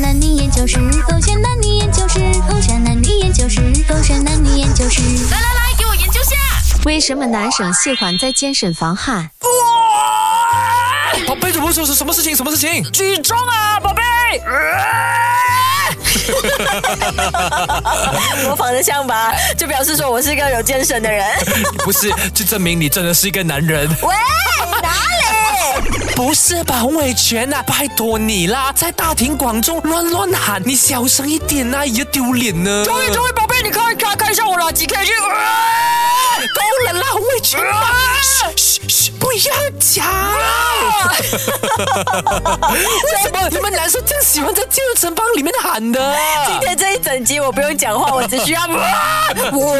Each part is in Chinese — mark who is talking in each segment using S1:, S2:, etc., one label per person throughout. S1: 男女研究室，狗血男女研究室，狗血男女研究室，狗血男女研究室。
S2: 来来来，给我研究下。
S3: 为什么男生喜欢在健身房喊
S4: 宝贝，怎么说是什么事情？什么事情？
S2: 举重啊，宝贝！
S5: 呃 模仿的像吧，就表示说我是一个有健身的人。
S4: 不是，就证明你真的是一个男人。
S5: 喂，哪里？
S4: 不是吧，洪伟全呐、拜托你啦，在大庭广众乱乱喊，你小声一点呐、也丢脸呢。
S2: 终于终于，宝贝，你看看看一下我了几 K G？
S4: 够了啦，洪伟全啊！嘘嘘嘘，不要讲。
S2: 啊
S4: 为什么你们男生这样喜欢在健身房里面喊的？
S2: 啊
S5: 今天这一整集我不用讲话，我只需要呃 我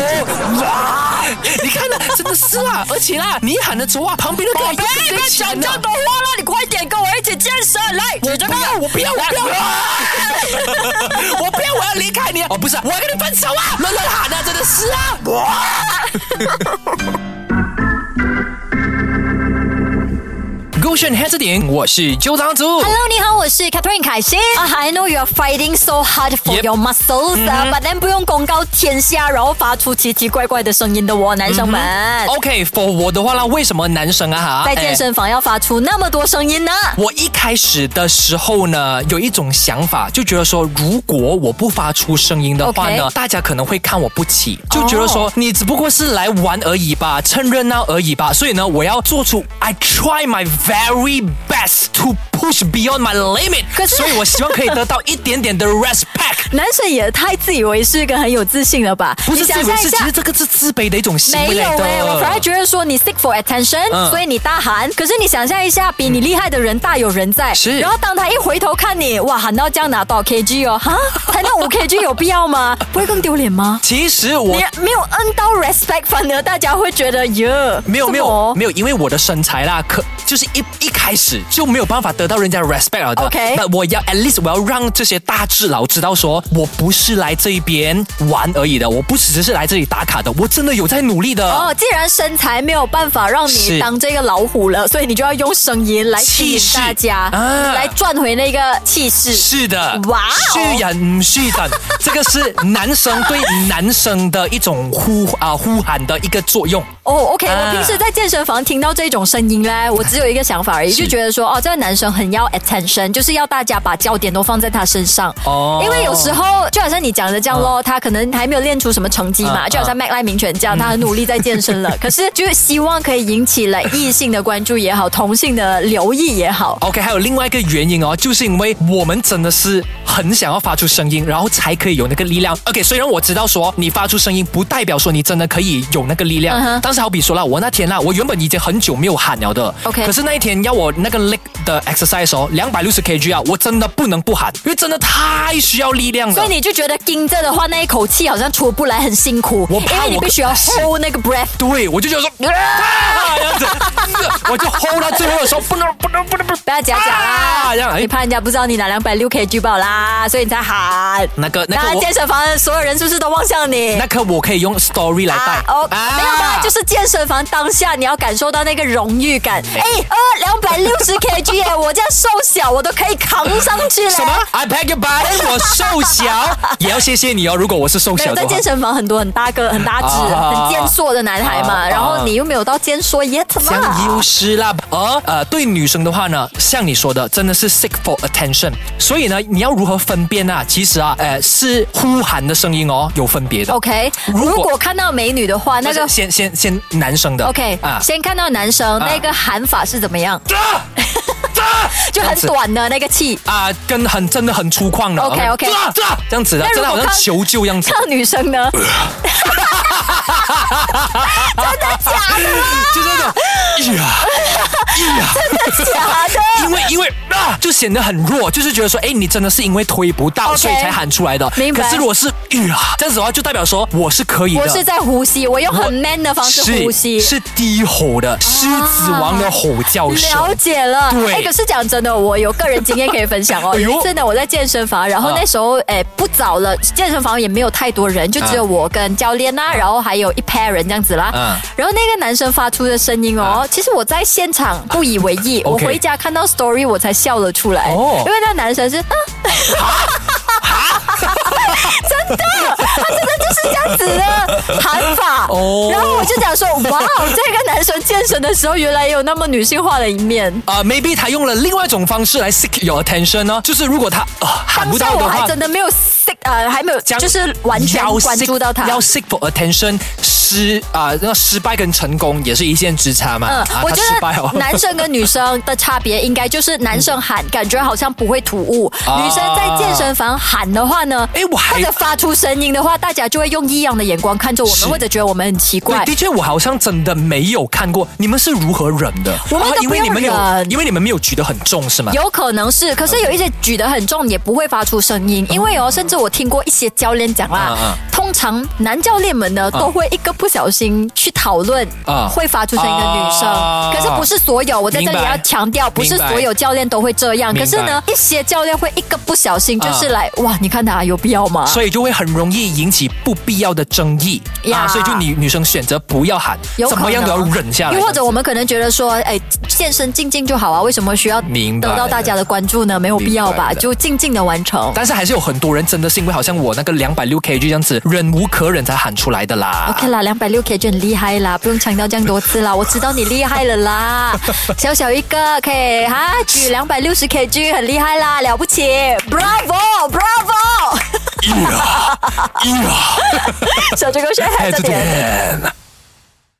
S4: 你看呐、真的是啊，而且啦，你喊的时候啊，旁边那个人
S2: 宝贝，
S4: 一
S2: 不要
S4: 个跟
S2: 讲
S4: 抢
S2: 这么多话了，你快点跟我一起健身来。举重
S4: 不要，我不要，我不要， 我不要，我要离开你！哦，不是，我要跟你分手啊！乱乱喊啊，真的是啊！勾选黑字点，我是邱长祖。
S5: Hello，你好，我是 Catherine 凯欣。啊、i know you're fighting so hard for
S4: Yep. 嗯
S5: your muscles，、啊 but then 不用公告天下，然后发出奇奇怪怪的声音的我，男生们。
S4: OK，for 我的话啦，为什么男生啊哈
S5: 在健、
S4: 嗯 Oh，哎
S5: 身房要发出那么多声音呢？
S4: 我一开始的时候呢，有一种想法，就觉得说，如果我不发出声音的话呢
S5: OK
S4: 大家可能会看我不起，就觉得说、你只不过是来玩而已吧，趁热闹而已吧。所以呢，我要做出 I try my very best to push beyond my limit。
S5: 可是
S4: 所以我希望可以得到一点点的 respect。
S5: 男生也太自以为是跟很有自信了吧？
S4: 不是
S5: 你
S4: 自
S5: 想
S4: 以
S5: 象
S4: 为
S5: 一
S4: 是，其
S5: 下
S4: 实。这个是自卑的一种行为
S5: 没有
S4: 来的。
S5: 哎、我反而觉得说你 seek for attention，、
S4: 嗯
S5: 所以你大喊。可是你想象一下，比你厉害的人大有人在。
S4: 是
S5: 然后当他一回头看你，哇，喊到这样拿多少 kg 哦？哈，才那五 kg 有必要 吗？不会更丢脸吗？
S4: 其实我
S5: 你没有摁到 respect，反而大家会觉得耶，
S4: 没有
S5: 这么
S4: 没有没有，因为我的身材啦，可就是一一开始就没有办法得到人家的 respect 了的。
S5: OK
S4: 那我要 at least 我要让这些大智佬知道说，我不是来这边玩而已的，我不只是来这里打卡的，我真的有在努力的。
S5: 哦，既然身材没有办法让你
S4: 是
S5: 当这个老虎了，所以你就要用声音来吸
S4: 气
S5: 引
S4: 势
S5: 大家，
S4: 啊
S5: 来赚回那个气势。
S4: 是的，
S5: 哇哦
S4: 是人是 的，这个是男生对男生的一种呼啊、呼喊的一个作用。
S5: 哦、o k
S4: 啊
S5: 我平时在健身房听到这种声音 嘞，我只有一个想法而已，
S4: 是
S5: 就觉得说，哦，这个男生很要 attention，就是要大家把焦点都放在他身上。
S4: 哦
S5: 因为有时候就好像你讲的这样咯，他可能还没有练出什么成绩嘛，
S4: 嗯
S5: 就好像麦赖明权这样，他很努力在健身 了，可是就是希望可以引起了异性的关注也好，同性的留意也好。
S4: OK，还有另外一个原因哦，就是因为我们真的是很想要发出声音，然后才可以有那个力量。OK，虽然我知道说你发出声音不代表说你真的可以有那个力量
S5: 嗯哼
S4: 但是好比说啦，我那天啦，我原本已经很久没有喊了的
S5: OK
S4: 可是那一天要我那个 leg 的 exercise 哦，两百六十 kg 啊，我真的不能不喊，因为真的太需要力量了。
S5: 所以你就觉得盯着的话，那一口气好像出不来，很辛苦，
S4: 我
S5: 因
S4: 怕
S5: 为你
S4: 我
S5: 必须要
S4: 是
S5: hold 那个 breath。
S4: 对，我就觉 得说，啊，这样子，我就 hold 到最后的时候，不能不能不能不能，
S5: 不要假假啦，
S4: 啊这样哎
S5: 你怕人家不知道你拿两百六 kg 爆啦，所以你才喊。
S4: 那个嗯那
S5: 那
S4: 个我
S5: 健身房的所有人是不是都望向你？
S4: 那个我可以用 story 来带
S5: 啊，哦，没有吧？就是健身房当下，你要感受到那个荣誉感。哎，呃，两百六十 kg 耶，我这样瘦小，我都可以扛上去了。
S4: 什么？I pack your bag，我瘦小也要谢谢你哦。如果我是瘦
S5: 没
S4: 小
S5: 有
S4: 的
S5: 在
S4: 话
S5: 健，身房很多很大个、很大只、
S4: 啊
S5: 很健硕的男孩嘛，
S4: 啊
S5: 然后你又没有到健硕 yet
S4: 像优
S5: 嘛。
S4: 势啦。而呃，对女生的话呢，像你说的，真的是 seek for attention。所以呢，你要如何分辨啊？其实啊，呃，是呼喊的声音哦，有分别的。
S5: OK，
S4: 如果
S5: 如果看到美女的话，那
S4: 那
S5: 个
S4: 个先先先男生的
S5: OK，先看到男生那个喊法是怎么样，
S4: 啊啊
S5: 就很短的那个气。
S4: 啊，跟很真的很粗犷的
S5: OK，OK
S4: 啊啊这样子的，
S5: 那如
S4: 真的
S5: 果
S4: 好像
S5: 看
S4: 求 救样子
S5: 看。到女生呢？
S4: 就是那种，哎呀呀，真的
S5: 假的？
S4: 因为因为啊，就显得很弱，就是觉得说，哎，你真的是因为推不到
S5: OK
S4: 所以才喊出来的。
S5: 明白
S4: 可是如果是呀这样子的话，就代表说我是可以 的。
S5: 我是在呼吸，我用
S4: 我
S5: 很 man 的方式
S4: 是
S5: 呼吸。啊
S4: 是低吼的，狮子王的吼叫声。
S5: 了解了，
S4: 对
S5: 哎，可是讲真的，我有个人经验可以分享哦。
S4: 哎呦
S5: 有一次呢，我在健身房，然后
S4: 啊
S5: 那时候哎不早了，健身房也没有太多人，就只有我跟教练啦，然后还有一 pair 人这样子啦
S4: 啊。
S5: 然后那个男生发出的声音哦，其实我在现场不以为意，我
S4: OK
S5: 回家看到 story 我才笑了出来，
S4: 哦
S5: 因为那男生是啊，真的，他真的就是这样子的喊法。
S4: 哦
S5: 然后我就讲说，哇，这个男生健身的时候，原来也有那么女性化的一面。
S4: 啊、m a y b e 他用了另外一种方式来 seek your attention 呢、就是如果他、呃、喊
S5: 当
S4: 不
S5: 下
S4: 到
S5: 我
S4: 的
S5: 还
S4: 话，
S5: 真的没有 sick，呃，还没有，
S4: 将
S5: 就是完全
S4: 要
S5: 关
S4: seek-
S5: 注到他。
S4: 要 seek for attention 失啊、那个失败跟成功也是一线之差嘛。
S5: 嗯
S4: 啊，
S5: 我
S4: 他
S5: 觉
S4: 失败哦
S5: 得男生跟女生的差别应该就是男生喊感觉好像不会突兀，
S4: 啊
S5: 女生在健身房喊的话呢，
S4: 诶我还
S5: 或者发出声音的话，大家就会用异样的眼光看着我
S4: 是
S5: 们，或者觉得我们很奇怪
S4: 对，。的确，我好像真的没有看过你们是如何忍的。
S5: 我们
S4: 啊
S5: 都
S4: 因为
S5: 不
S4: 你
S5: 用
S4: 们有
S5: 忍，
S4: 因为你们没有举得很重是吗？
S5: 有可能是，可是有一些举得很重也不会发出声音，因为哦，甚至我听过一些教练讲啦
S4: 嗯嗯，
S5: 通常男教练们呢都会一个不小心去讨论
S4: 啊
S5: 会发出声音的女
S4: 啊
S5: 生，可是不是所有，我在这里
S4: 明白
S5: 要强调，不是
S4: 明白
S5: 所有教练都会这样，
S4: 明白
S5: 可是呢，一些教练会一个不小心就是
S4: 啊
S5: 来哇，你看他有必要吗？
S4: 所以就会很容易引起不必要的争议啊，
S5: 呀
S4: 所以就女女生选择不要喊，
S5: 有可
S4: 怎
S5: 能
S4: 么样都要忍下来。
S5: 又或者我们可能觉得说，哎，健身静静就好啊，为什么需要
S4: 明白
S5: 得到大家的关注呢？没有必要
S4: 明白
S5: 吧，
S4: 了
S5: 就静静的完成。
S4: 但是还是有很多人真的是因为好像我那个两百六 kg 这样子，忍无可忍才喊出来的啦。
S5: OK 啦，两百六 K 就很厉害啦，不用强调这样多次啦，我知道你厉害了啦。小小一个可以哈，举两百六十 KG 很厉害啦，了不起，Bravo，Bravo！
S4: 呀呀，
S5: 小猪狗现在
S4: 哎，
S5: 这
S4: 这
S5: 点。
S4: 点